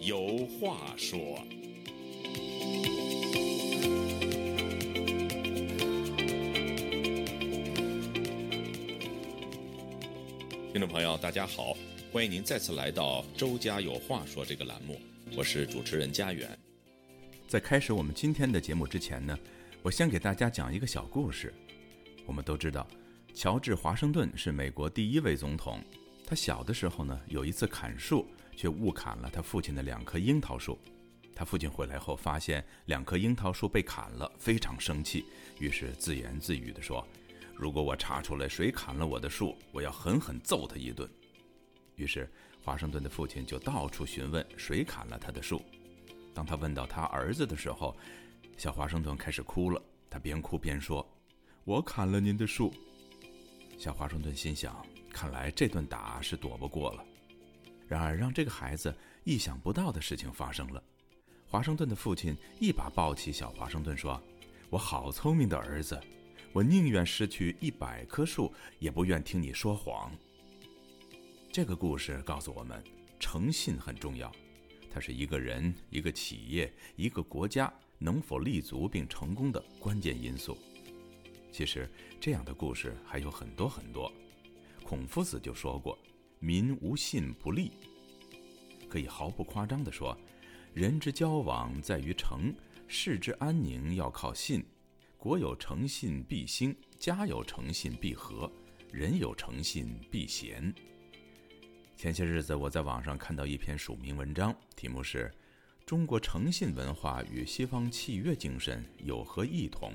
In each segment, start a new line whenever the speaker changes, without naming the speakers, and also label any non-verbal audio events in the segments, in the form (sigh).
有话说。听众朋友，大家好，欢迎您再次来到《周家有话说》这个栏目，我是主持人佳远。
在开始我们今天的节目之前呢，我先给大家讲一个小故事。我们都知道，乔治·华盛顿是美国第一位总统。他小的时候呢，有一次砍树，却误砍了他父亲的两棵樱桃树。他父亲回来后发现两棵樱桃树被砍了，非常生气，于是自言自语地说：“如果我查出来谁砍了我的树，我要狠狠揍他一顿。”于是，华盛顿的父亲就到处询问谁砍了他的树。当他问到他儿子的时候，小华盛顿开始哭了。他边哭边说：“我砍了您的树。”小华盛顿心想，看来这顿打是躲不过了。然而，让这个孩子意想不到的事情发生了。华盛顿的父亲一把抱起小华盛顿，说：“我好聪明的儿子，我宁愿失去一百棵树，也不愿听你说谎。”这个故事告诉我们，诚信很重要。它是一个人、一个企业、一个国家能否立足并成功的关键因素。其实，这样的故事还有很多很多。孔夫子就说过：“民无信不立。”可以毫不夸张地说，人之交往在于诚，世之安宁要靠信。国有诚信必兴，家有诚信必和，人有诚信必贤。前些日子，我在网上看到一篇署名文章，题目是《中国诚信文化与西方契约精神有何异同》。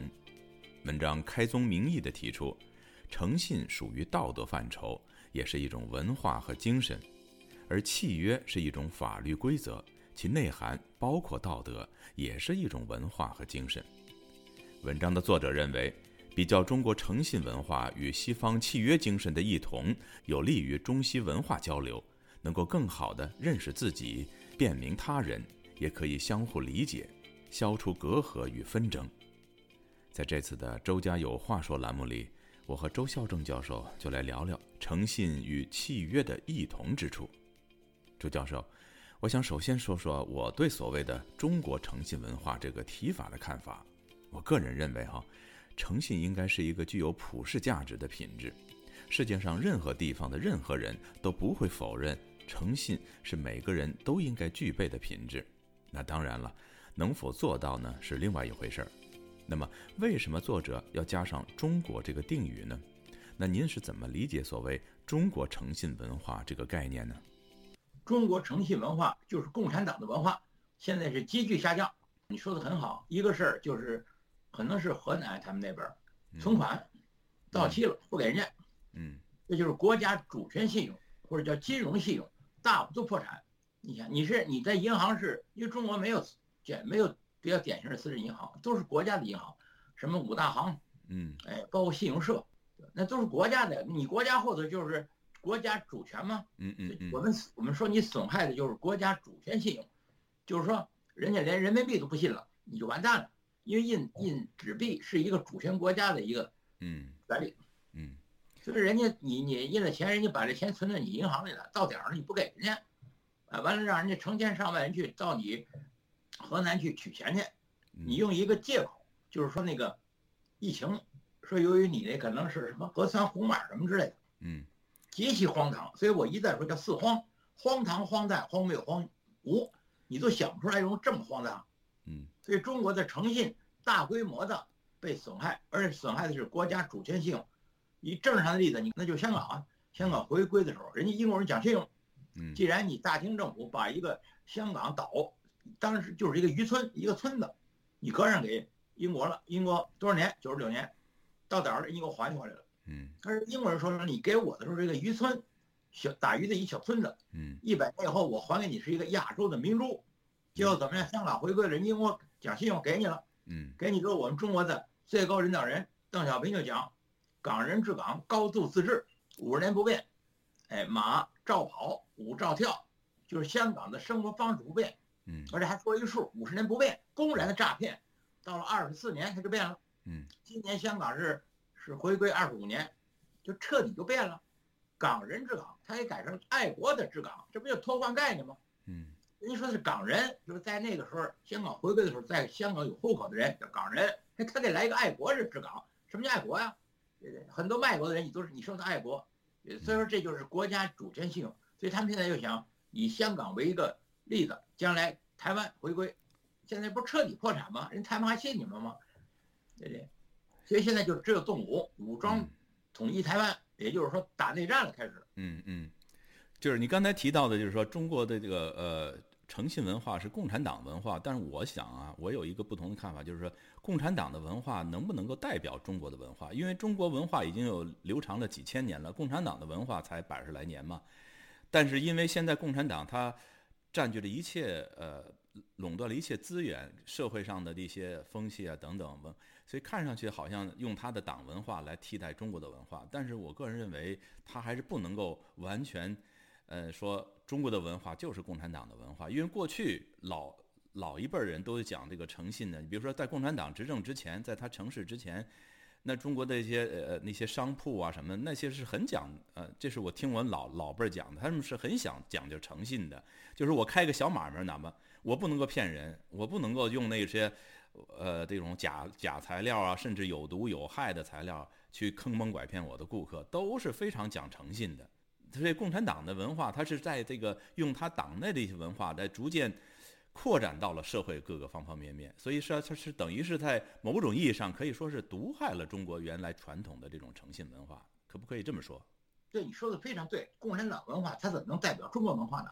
文章开宗明义地提出，诚信属于道德范畴，也是一种文化和精神，而契约是一种法律规则，其内涵包括道德，也是一种文化和精神。文章的作者认为，比较中国诚信文化与西方契约精神的异同，有利于中西文化交流，能够更好地认识自己，辨明他人，也可以相互理解，消除隔阂与纷争。在这次的“周家有话说”栏目里，我和周孝正教授就来聊聊诚信与契约的异同之处。周教授，我想首先说说我对所谓的中国诚信文化这个提法的看法。我个人认为，哈，诚信应该是一个具有普世价值的品质。世界上任何地方的任何人都不会否认，诚信是每个人都应该具备的品质。那当然了，能否做到呢，是另外一回事儿。那么，为什么作者要加上“中国”这个定语呢？那您是怎么理解所谓“中国诚信文化”这个概念呢？
中国诚信文化就是共产党的文化，现在是急剧下降。你说的很好，一个事儿就是可能是河南他们那边儿存款到期了不给人家，
嗯
这就是国家主权信用或者叫金融信用大幅度破产。你想，你是你在银行是，因为中国没有简没有比较典型的私人银行，都是国家的银行，什么五大行，
嗯
哎，包括信用社，那都是国家的。你国家获得就是国家主权吗？
嗯嗯嗯，
我们我们说你损害的就是国家主权信用，就是说人家连人民币都不信了，你就完蛋了。因为印
哦
印纸币是一个主权国家的一个
嗯
权利，
嗯
所以人家你你印了钱，人家把这钱存到你银行里了，到点儿了你不给人家，啊，完了让人家成千上万人去到你河南去取钱去，
嗯
你用一个借口，就是说那个疫情，说由于你那可能是什么核酸红码什么之类的。
嗯
极其荒唐，所以我一再说叫四荒：荒唐、荒诞、荒谬、荒芜。你都想不出来一种这么荒唐，
嗯
所以中国的诚信大规模的被损害，而且损害的是国家主权信用。以政治上的例子，你那就香港啊，香港回归的时候，人家英国人讲信用，
嗯
既然你大清政府把一个香港岛，当时就是一个渔村一个村子，你割让给英国了，英国多少年？九十九年，到点儿了，英国还回来了。
嗯
但是英国人说说你给我的时候，这个渔村，小打鱼的一小村子，
嗯
一百年以后我还给你是一个亚洲的明珠。结果怎么样？香港回归了，人英国讲信用给你了，
嗯
给你之后，我们中国的最高领导人邓小平就讲，港人治港，高度自治，五十年不变。哎，马照跑，舞照跳，就是香港的生活方式不变，
嗯
而且还说一个数，五十年不变，公然的诈骗，到了二十四年它就变了。
嗯
今年香港是是回归二十五年，就彻底就变了，港人治港，它也改成爱国的治港，这不就偷换概念吗？
嗯
人家说是港人，就是在那个时候香港回归的时候，在香港有户口的人叫港人，哎他得来一个爱国人治港。什么叫爱国呀、呃很多卖国的人，你都是你说他爱国，呃所以说这就是国家主权信用。所以他们现在就想以香港为一个例子，将来台湾回归，现在不是彻底破产吗？人台湾还信你们吗？对不对？所以现在就只有动武，武装
嗯
统一台湾，也就是说打内战了，开始。
嗯嗯，就是你刚才提到的，就是说中国的这个呃诚信文化是共产党文化，但是我想啊，我有一个不同的看法，就是说共产党的文化能不能够代表中国的文化？因为中国文化已经有流长了几千年了，共产党的文化才百十来年嘛。但是因为现在共产党它占据了一切呃垄断了一切资源，社会上的一些风气啊等等文所以看上去好像用他的党文化来替代中国的文化，但是我个人认为，他还是不能够完全，呃，说中国的文化就是共产党的文化，因为过去老老一辈儿人都讲这个诚信的，你比如说在共产党执政之前，在他成事之前，那中国的一些呃那些商铺啊什么的那些是很讲呃，这是我听我老老辈儿讲的，他们是很想讲究诚信的，就是我开个小买卖，哪怕我不能够骗人，我不能够用那些呃这种假假材料啊，甚至有毒有害的材料去坑蒙拐骗我的顾客，都是非常讲诚信的。所以共产党的文化，它是在这个用它党内的一些文化，在逐渐扩展到了社会各个方方面面。所以说，它是等于是在某种意义上可以说是毒害了中国原来传统的这种诚信文化，可不可以这么说？
对，你说的非常对。共产党文化它怎么能代表中国文化呢？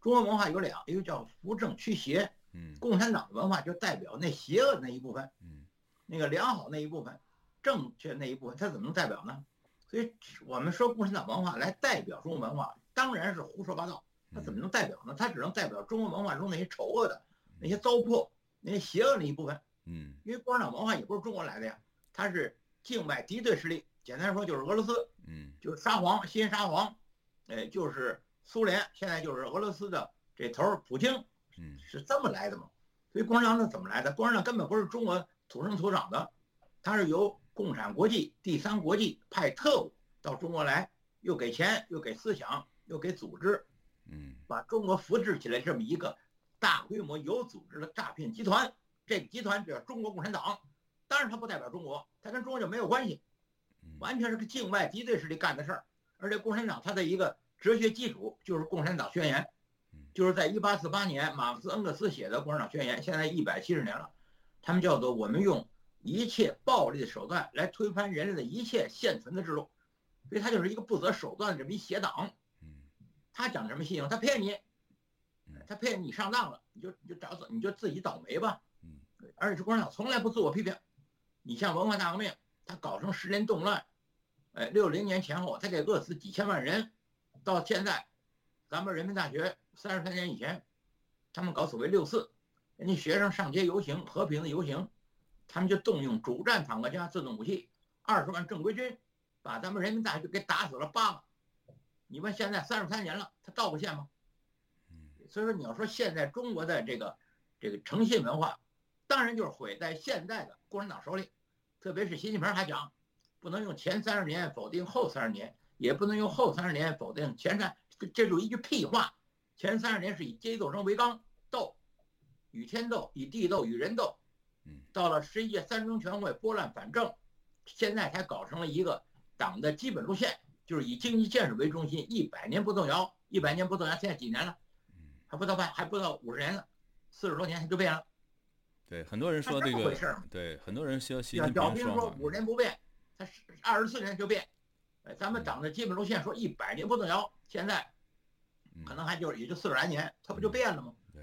中国文化有两，一个叫扶正驱邪，
嗯
共产党文化就代表那邪恶那一部分，
嗯
那个良好那一部分，正确那一部分，它怎么能代表呢？所以我们说共产党文化来代表中国文化，当然是胡说八道。它怎么能代表呢？它只能代表中国文化中那些丑恶的、那些糟粕、那些邪恶那一部分。
嗯
因为共产党文化也不是中国来的呀，它是境外敌对势力，简单说就是俄罗斯。
嗯
就是沙皇，新沙皇，呃，就是苏联，现在就是俄罗斯的这头儿普京
嗯
是这么来的嘛？所以共产党是怎么来的？共产党根本不是中国土生土长的，它是由共产国际、第三国际派特务到中国来，又给钱，又给思想，又给组织，
嗯
把中国扶植起来这么一个大规模有组织的诈骗集团。这个集团叫中国共产党，当然它不代表中国，它跟中国就没有关系。
嗯，
完全是个境外敌对势力干的事儿。而且共产党它的一个哲学基础就是《共产党宣言》
嗯，
就是在一八四八年马克思恩格斯写的《共产党宣言》，现在一百七十年了。他们叫做我们用一切暴力的手段来推翻人类的一切现存的制度，所以它就是一个不择手段的这么一邪党。
嗯
他讲什么信用？他骗你
嗯，
他骗你上当了，你就你就找死，你就自己倒霉吧。
嗯，
而且共产党从来不自我批评。你像文化大革命，他搞成十年动乱，哎，六零年前后，他给饿死几千万人，到现在，咱们人民大学三十三年以前，他们搞所谓六四，人家学生上街游行，和平的游行，他们就动用主战坦克加自动武器，二十万正规军，把咱们人民大学给打死了八万。你问现在三十三年了，他道不歉吗？
嗯
所以说你要说现在中国的这个这个诚信文化，当然就是毁在现在的共产党手里，特别是习近平还讲，不能用前三十年否定后三十年，也不能用后三十年否定前三，这这就是一句屁话。前三十年是以阶级斗争为纲，斗，与天斗，与地斗，与人斗。
嗯，
到了十一届三中全会拨乱反正，现在才搞成了一个党的基本路线，就是以经济建设为中心，一百年不动摇，一百年不动摇，现在几年了？
嗯，
还不到半，还不到五十年呢，四十多年它就变了，
对，很多人
它
说
这
这
么回
个
事儿嘛。
对，很多人说习
小
近
小
平
平
说
啊说
嘛
五十年不变，他是二十四年就变。呃，咱们党的基本路线说一百年不动摇，现在
嗯
可能还就是也就四十来年，它不就变了吗？
对，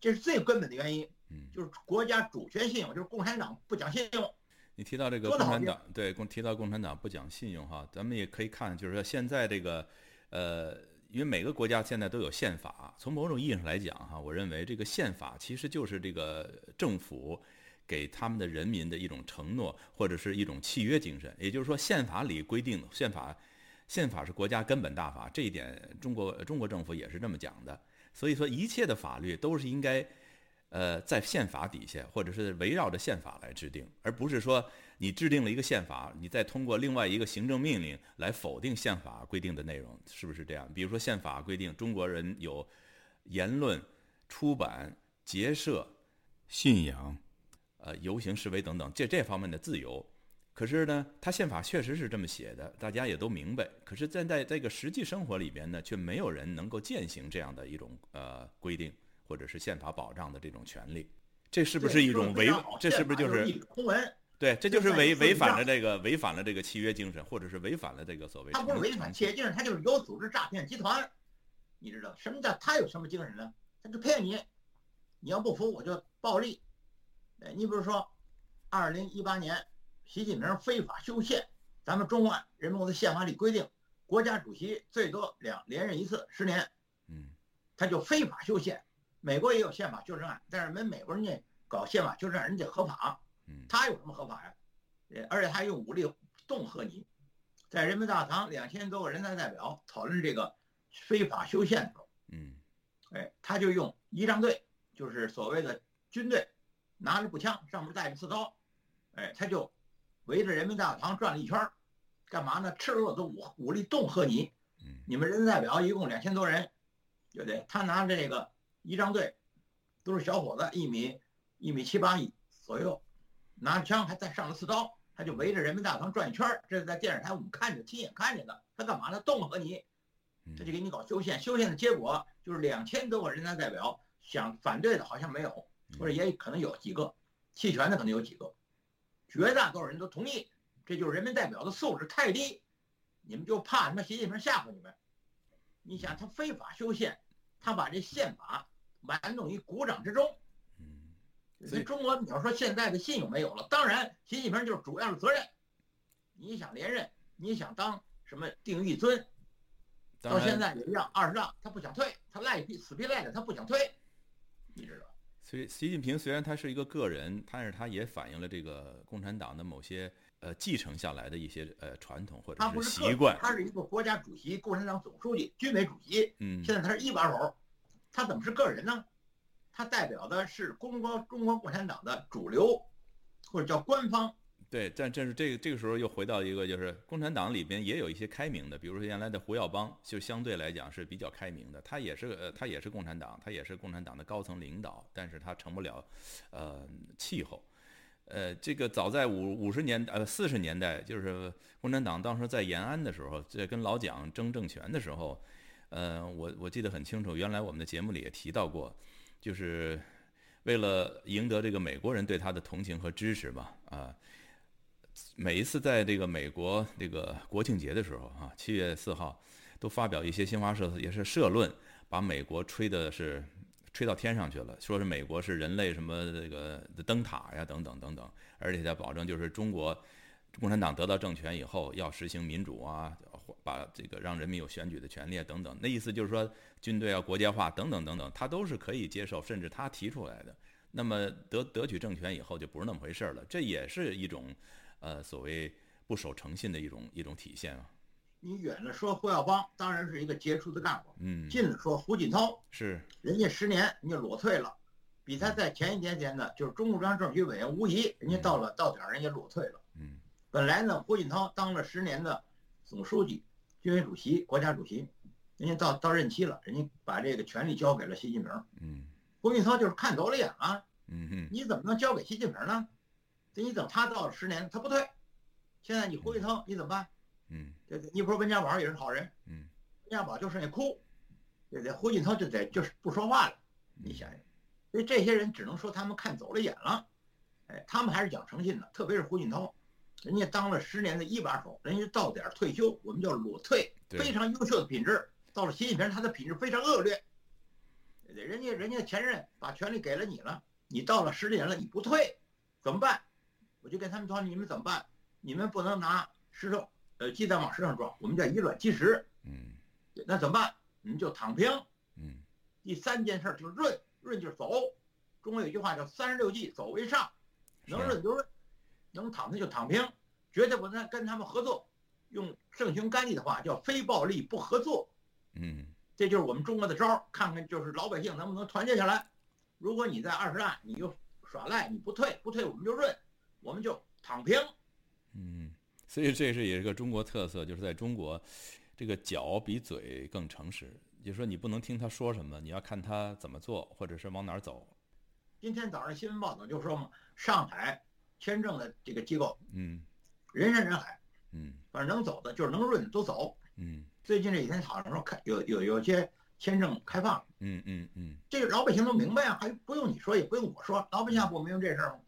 这是最根本的原因，
嗯。
就是国家主权信用，就是共产党不讲信用。
你提到这个
说
共
得好
产
听
党，对，共提到共产党不讲信用哈，咱们也可以看，就是说现在这个，呃，因为每个国家现在都有宪法，从某种意义上来讲哈，我认为这个宪法其实就是这个政府给他们的人民的一种承诺或者是一种契约精神，也就是说宪法里规定的宪法。宪法是国家根本大法，这一点中国中国政府也是这么讲的。所以说，一切的法律都是应该呃，在宪法底下，或者是围绕着宪法来制定，而不是说你制定了一个宪法，你再通过另外一个行政命令来否定宪法规定的内容，是不是这样？比如说宪法规定中国人有言论、出版、结社、信仰、呃游行示威等等这这方面的自由。可是呢，他宪法确实是这么写的，大家也都明白。可是站在这个实际生活里边呢，却没有人能够践行这样的一种呃规定，或者是宪法保障的这种权利。这是不是一种违？这是不是
就
就是
一空文？
对，这就是
在
违
说
违
不
反
让
了这个违反了这个契约精神，或者是违反了这个所谓
他不是
诚
违反
诚
企业精神，他就是有组织诈骗集团，你知道什么叫他有什么精神呢？他就骗你，你要不服我就暴力。呃，你比如说，二零一八年习近平非法修宪，咱们中华人民共和国宪法里规定，国家主席最多两连任一次，十年，
嗯
他就非法修宪。美国也有宪法修正案，但是人美国人家搞宪法修正案，人家合法。
嗯
他有什么合法呀？呃，而且他用武力恫吓你，在人民大堂两千多个人大代表讨论这个非法修宪的时候，
嗯
哎，他就用仪仗队，就是所谓的军队，拿着步枪，上面带着刺刀，哎，他就围着人民大堂转了一圈儿，干嘛呢？赤裸的武武力恫吓你，
嗯
你们人大代表一共两千多人，对不对？他拿着这个仪仗队，都是小伙子，一米一米七八左右，拿着枪还带上了刺刀，他就围着人民大堂转一圈儿这是在电视台我们看着亲眼看见的。他干嘛呢？恫吓你，
嗯，
他就给你搞修宪。修宪的结果就是两千多个人大代表想反对的，好像没有，
嗯
或者也可能有几个，弃权的可能有几个，绝大多数人都同意。这就是人民代表的素质太低，你们就怕他妈习近平吓唬你们。你想他非法修宪，他把这宪法玩弄于股掌之中。
嗯所
这
以
中国你要说现在的信用没有了，当然习近平就是主要的责任。你想连任，你想当什么定一尊，
当
到现
然，
在也一样二十仗，他不想退，他赖皮死皮赖脸，他不想退，你知道吧？
所以习近平虽然他是一个个人，但是他也反映了这个共产党的某些呃继承下来的一些呃传统或
他
者
不
是
是个
习惯。
他是一个国家主席、共产党总书记、军委主席，
嗯
现在他是一把手，他怎么是个人呢？他代表的是中国中国共产党的主流，或者叫官方。
对，但正是这个这个时候又回到一个，就是共产党里边也有一些开明的，比如说原来的胡耀邦，就相对来讲是比较开明的，他也是呃他也是共产党，他也是共产党的高层领导，但是他成不了，呃气候。呃，这个早在五五十年呃四十年代，就是共产党当时在延安的时候，在跟老蒋争政权的时候，呃，我我记得很清楚，原来我们的节目里也提到过，就是为了赢得这个美国人对他的同情和支持吧，啊，每一次在这个美国这个国庆节的时候啊，七月四号，都发表一些新华社也是社论，把美国吹的是吹到天上去了，说是美国是人类什么这个灯塔呀等等等等，而且他保证就是中国共产党得到政权以后要实行民主啊，把这个让人民有选举的权利啊等等，那意思就是说军队要啊国家化等等等等，他都是可以接受，甚至他提出来的。那么得得取政权以后就不是那么回事儿了，这也是一种，呃，所谓不守诚信的一种一种体现啊。
你远了说胡耀邦，当然是一个杰出的干部；
嗯，
近了说胡锦涛，
是，
人家十年人家裸退了，比
嗯
他在前一年前的，就是中共中央政治局委员吴仪，人家到了到点儿人家裸退了。
嗯
本来呢，胡锦涛当了十年的总书记、军委主席、国家主席，人家到到任期了，人家把这个权力交给了习近平。
嗯
胡锦涛就是看走了眼了、
嗯嗯
你怎么能交给习近平呢？这你等他到了十年，他不退，现在你胡锦涛你怎么办？
嗯
对不对？你不是温家宝也是好人，
嗯，
温家宝就剩下哭，对不对？胡锦涛就得就是不说话了，你
嗯
想想，所以这些人只能说他们看走了眼了，哎，他们还是讲诚信的，特别是胡锦涛，人家当了十年的一把手，人家到点儿退休，我们叫裸退，
对
非常优秀的品质。到了习近平，他的品质非常恶劣，对不对人家人家前任把权力给了你了，你到了十年了你不退，怎么办？我就跟他们说，你们怎么办？你们不能拿石头，呃，鸡蛋往石上撞，我们叫以卵击石。
嗯
那怎么办？你们就躺平。
嗯
第三件事儿就是润，润就是走。中国有句话叫“三十六计，走为上”，能
是
润就润，能躺平就躺平，绝对不能跟他们合作。用圣雄甘地的话叫“非暴力不合作”，
嗯
这就是我们中国的招儿。看看就是老百姓能不能团结起来。如果你在二十大你就耍赖，你不退，不退我们就润，我们就躺平。
嗯，所以这是也是个中国特色，就是在中国，这个脚比嘴更诚实。也就是说你不能听他说什么，你要看他怎么做，或者是往哪儿走。
今天早上新闻报道就说嘛，上海签证的这个机构
嗯
人山人海，
嗯
反正能走的就是能润的都走。
嗯
最近这几天好像说开有有有些签证开放，
嗯嗯嗯
这个老百姓都明白啊，还不用你说，也不用我说，老百姓还不明白这事儿吗？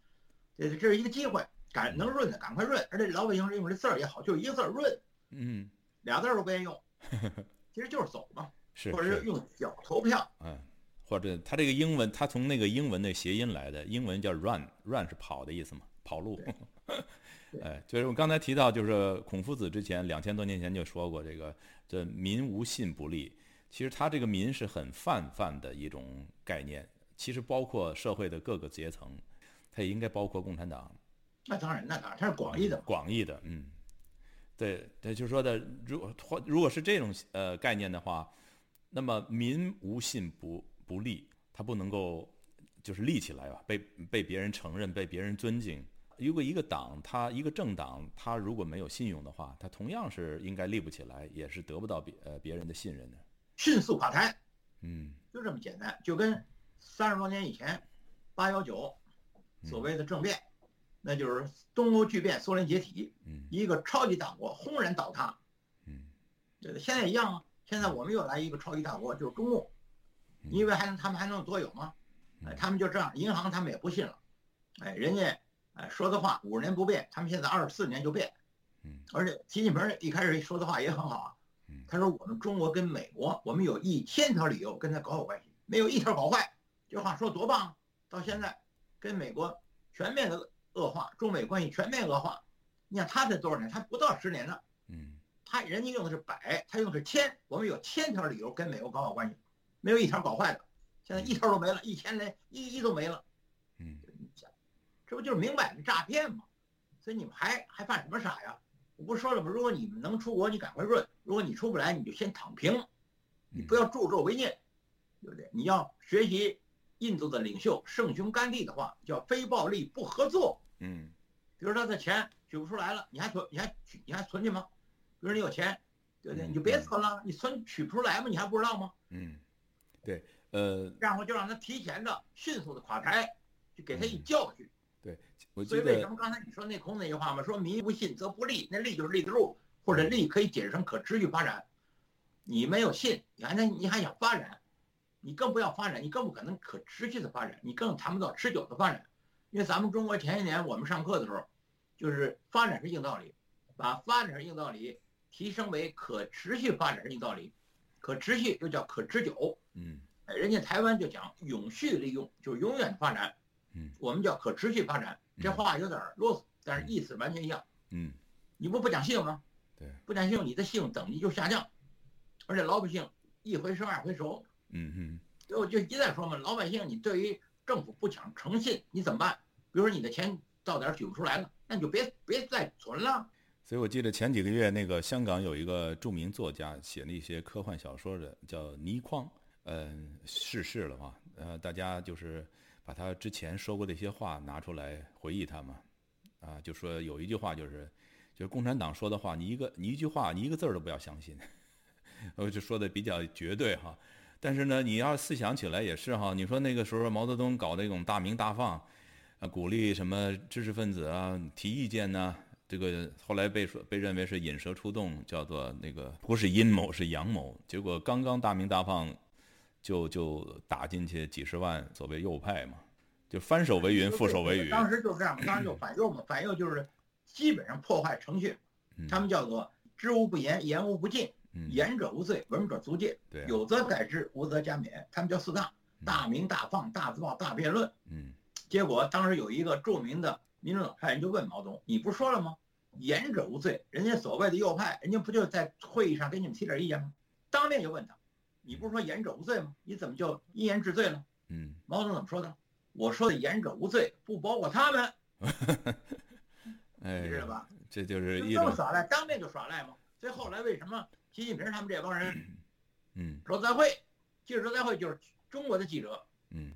这这是一个机会，赶能润的赶快润，而且老百姓用这字儿也好，就是一个字儿润，
嗯，
俩字儿都不愿意用，其实就是走嘛，
是
或者是
是，
用脚投票，
嗯，或者他这个英文，他从那个英文的谐音来的，英文叫 run，run 是跑的意思嘛，跑路。哎，就是我刚才提到，就是孔夫子之前两千多年前就说过，这个这民无信不立。其实他这个民是很泛泛的一种概念，其实包括社会的各个阶层，它也应该包括共产党。
那当然那当然，它是广义的嘛。
广义的，嗯，对，对，就是说的，如果或如果是这种呃概念的话，那么民无信不不立，他不能够就是立起来吧，被被别人承认，被别人尊敬。如果一个党，它一个政党，它如果没有信用的话，它同样是应该立不起来，也是得不到别呃别人的信任的。
迅速垮台，
嗯
就这么简单，就跟三十多年以前八幺九所谓的政变，那就是东欧巨变、苏联解体，
嗯
一个超级大国轰然倒塌，
嗯
对的，现在一样啊。现在我们又来一个超级大国，就是中共，你以为还能他们还能多有吗？哎，他们就这样，银行他们也不信了，哎，人家哎说的话五十年不变，他们现在二十四年就变，
嗯，
而且习近平一开始说的话也很好啊
嗯，
他说我们中国跟美国，我们有一千条理由跟他搞好关系，没有一条搞坏，这话说多棒啊！到现在跟美国全面的恶化，中美关系全面恶化，你想他才多少年？他不到十年呢。
嗯
他人家用的是百，他用的是千，我们有千条理由跟美国搞好关系，没有一条搞坏的。现在一条都没了，一千连一一都没了，
嗯
这不就是明摆着诈骗吗？所以你们还还犯什么傻呀？我不是说了吗？如果你们能出国，你赶快润；如果你出不来，你就先躺平，你
嗯
不要助纣为虐，对不对？你要学习印度的领袖圣雄甘地的话，叫非暴力不合作。
嗯
比如说他的钱取不出来了，你还存你还取你还存去吗？比如你有钱，对不对？
嗯
你就别存了，你存取不出来吗？你还不知道吗？
嗯，对，呃，
然后就让他提前的、迅速的垮台，就给他一
嗯
教训。
对，我
所
记
以为什
得
么刚才你说那孔子那句话嘛，说民不信则不立，那立就是立得住，或者立可以解释成可持续发展。你没有信，你还能你还想发展，你更不要发展，你更不可能可持续的发展，你更谈不到持久的发展。因为咱们中国前些年我们上课的时候，就是发展是硬道理，把发展是硬道理提升为可持续发展是硬道理，可持续又叫可持久。
嗯
哎人家台湾就讲永续利用，就是永远发展。
嗯，
我们叫可持续发展，这话有点啰嗦，但是意思完全一样。
嗯
你不不讲信用吗？
对，
不讲信用，你的信用等级就下降，而且老百姓一回生二回熟。
嗯嗯
所以我就一再说嘛，老百姓你对于政府不讲诚信，你怎么办？比如说你的钱到点儿取不出来了，那你就别别再存了。
所以我记得前几个月，那个香港有一个著名作家写了一些科幻小说的，叫倪匡，嗯、逝世了嘛，呃，大家就是把他之前说过的一些话拿出来回忆他嘛，啊，就说有一句话就是，就是共产党说的话，你一个你一句话，你一个字儿都不要相信， (laughs) 我就说的比较绝对哈。但是呢，你要是思想起来也是哈，你说那个时候毛泽东搞那种大鸣大放，啊，鼓励什么知识分子啊提意见呐、这个后来被说被认为是引蛇出洞，叫做那个不是阴谋是阳谋。结果刚刚大鸣大放，就就打进去几十万所谓右派嘛，就翻手为云，覆手为雨。
当时就这样，当时就反右嘛，反右就是基本上破坏程序，
嗯
他们叫做知无不言，言无不尽，
嗯
言者无罪，闻者足戒。
对啊
有则改之，无则加勉。他们叫四大：大鸣、大放、大字报、大辩论。
嗯
结果当时有一个著名的民主党派人就问毛泽东：“你不是说了吗？言者无罪，人家所谓的右派，人家不就在会议上给你们提点意见吗？”当面就问他：“你不是说言者无罪吗？你怎么就一言治罪了
嗯？”
毛泽东怎么说的？我说的言者无罪，不包括他们，
哎
你知道吧？
嗯这就是
就
一
这
种
么耍赖，当面就耍赖嘛。所以后来为什么习近平他们这帮人
嗯
说再会，记者说再会，就是中国的记者
嗯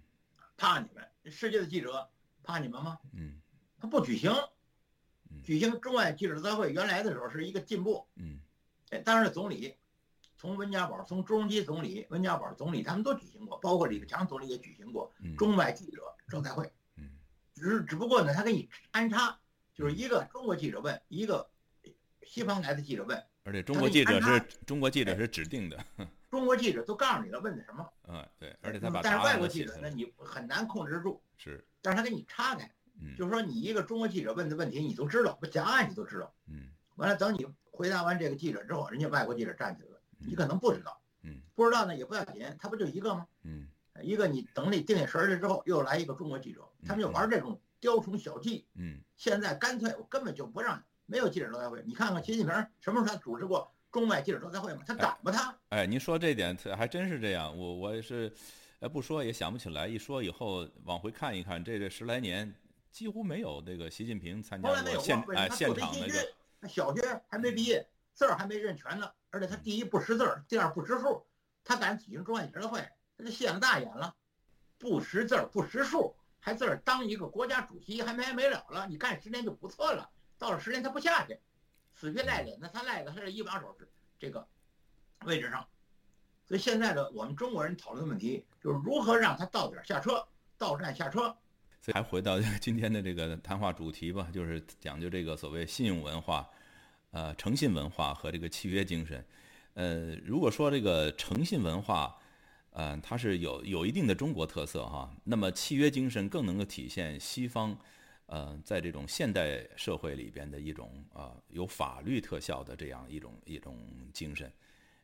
怕你们，世界的记者怕你们吗？
嗯
他不举行
嗯，
举行中外记者大会，原来的时候是一个进步。
嗯
哎，当然总理从温家宝、从周荣基总理、温家宝总理他们都举行过，包括李克强总理也举行过
嗯
中外记者招待会。
嗯
只只不过呢，他给你安插，就是一
嗯
个中国记者问，一个西方来的记者问，
而且中国记者是中国记
哎
者是指定的，
中国记者都告诉你了问的什么。
嗯，对，而且他把
但
答
是外
案
国
都
记
写
者
下
呢，
来，
你很难控制住，
是，
但是他给你岔开，
嗯
就是说你一个中国记者问的问题，你都知道，答案你都知道。
嗯
完了，等你回答完这个记者之后，人家外国记者站起来了，你可能不知道，
嗯
不知道呢也不要紧，他不就一个吗？
嗯
一个你等你定下神儿来之后，又来一个中国记者，他们就玩这种雕虫小技。
嗯
现在干脆我根本就不让没有记者招待会，你看看习近平什么时候他主持过中外记者招待会吗？他敢吗？他
哎，您说这点特还真是这样，我我也是，呃，不说也想不起来，一说以后往回看一看，这这十来年几乎没有这个习近平参加
从来没
过
有
现
过，为什
哎
么他
现
做
场
贼
那
心
个
虚？他小学还没毕业，字儿还没认全呢，而且他第一不识字儿，第二不识数，他敢举行中外记者会，他就现了大眼了，不识字儿不识数，还自个儿当一个国家主席还没完没了了，你干十年就不错了，到了十年他不下去，死皮赖脸的他赖在他这一把手指这个位置上，所以现在的我们中国人讨论的问题就是如何让他到点儿下车，到站下车，
所以还回到这个今天的这个谈话主题吧，就是讲究这个所谓信用文化、呃诚信文化和这个契约精神。呃，如果说这个诚信文化，呃，它是有有一定的中国特色哈，那么契约精神更能够体现西方，呃，在这种现代社会里边的一种啊、有法律特效的这样一种一种精神。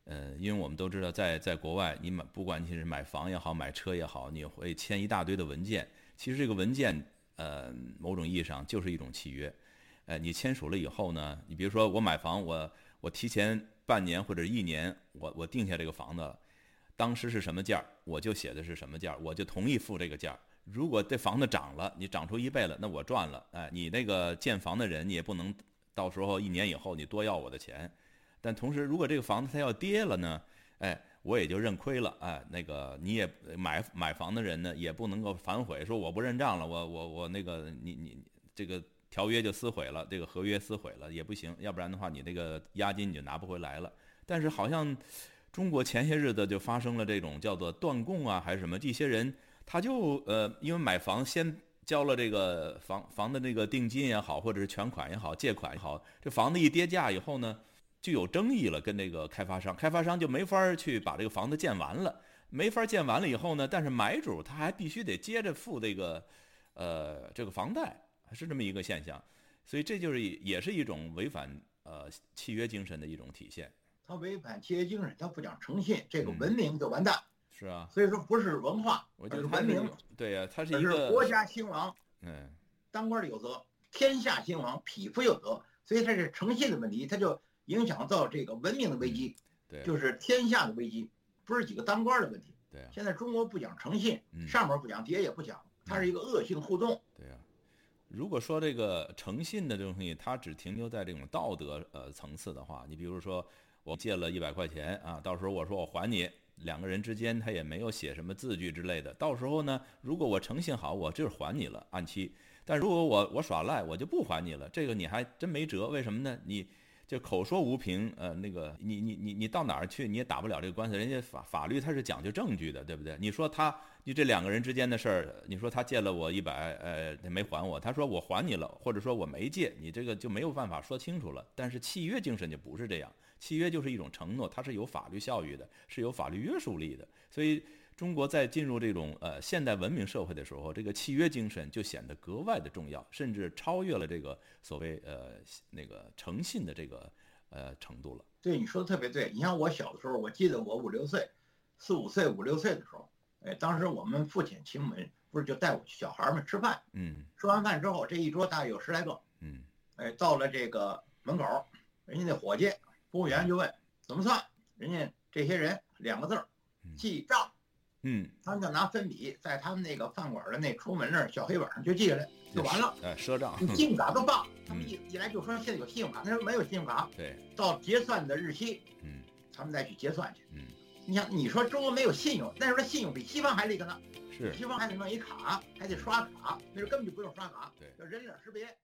呃，因为我们都知道在，在国外，你买不管你是买房也好，买车也好，你会签一大堆的文件。其实这个文件，呃，某种意义上就是一种契约。呃，你签署了以后呢，你比如说我买房，我我提前半年或者一年，我我定下这个房子了，当时是什么价儿，我就写的是什么价儿，我就同意付这个价儿。如果这房子涨了，你涨出一倍了，那我赚了。哎，你那个建房的人，你也不能到时候一年以后你多要我的钱。但同时，如果这个房子它要跌了呢，哎，我也就认亏了，哎，那个你也买买房的人呢，也不能够反悔，说我不认账了，我我我那个你你这个条约就撕毁了，这个合约撕毁了也不行，要不然的话你那个押金你就拿不回来了。但是好像中国前些日子就发生了这种叫做断供啊，还是什么，这些人他就呃因为买房先。交了这个房房的那个定金也好，或者是全款也好，借款也好，这房子一跌价以后呢，就有争议了，跟这个开发商，开发商就没法儿去把这个房子建完了，没法儿建完了以后呢，但是买主他还必须得接着付这个，呃，这个房贷，是这么一个现象，所以这就是也是一种违反呃契约精神的一种体现，
他违反契约精神，他不讲诚信，这个
嗯
文明就完蛋。
是啊，
所以说不是文化，
我觉
而
得
是
他
文
是
明，
对呀、他是
而
一
是国
个，
家兴亡，
嗯
当官的有责，天下兴亡，匹夫有责。所以这是诚信的问题，它就影响到这个文明的危机，
嗯对，
就是天下的危机，不是几个当官的问题。
对呀、
现在中国不讲诚信，
嗯
上面不讲，底下也不讲，它是一个恶性互动。
对呀、如果说这个诚信的这种东西，它只停留在这种道德呃层次的话，你比如说我借了一百块钱啊，到时候我说我还你，两个人之间他也没有写什么字据之类的，到时候呢，如果我诚信好，我就是还你了，按期。但如果我我耍赖，我就不还你了，这个你还真没辙，为什么呢？你就口说无凭，呃，那个你你你你到哪儿去你也打不了这个官司，人家法法律它是讲究证据的，对不对？你说他你这两个人之间的事儿，你说他借了我一百，呃，他没还我，他说我还你了，或者说我没借，你这个就没有办法说清楚了。但是契约精神就不是这样，契约就是一种承诺，它是有法律效益的，是有法律约束力的。所以中国在进入这种呃现代文明社会的时候，这个契约精神就显得格外的重要，甚至超越了这个所谓呃那个诚信的这个呃程度了。
对，你说的特别对。你像我小的时候，我记得我五六岁，四五岁、五六岁的时候，哎，当时我们父亲亲们不是就带我去小孩儿们吃饭，
嗯
吃完饭之后，这一桌大概有十来个，
嗯
哎，到了这个门口儿，人家那伙计、服务员就问怎么算，人家这些人两个字儿
嗯，
记账。
嗯，
他们就拿分笔在他们那个饭馆儿的那出门那儿小黑板上就记下来，就完了。
呃，赊账，
你信用卡都
嗯
报，他们一一来就说现在有信用卡，那时候没有信用卡，
对，
到结算的日期，
嗯
他们再去结算去。
嗯，
你想，你说中国没有信用，那时候的信用比西方还厉害呢，
是。
西方还得弄一卡，还得刷卡，那时候根本就不用刷卡，
对
叫人脸识别。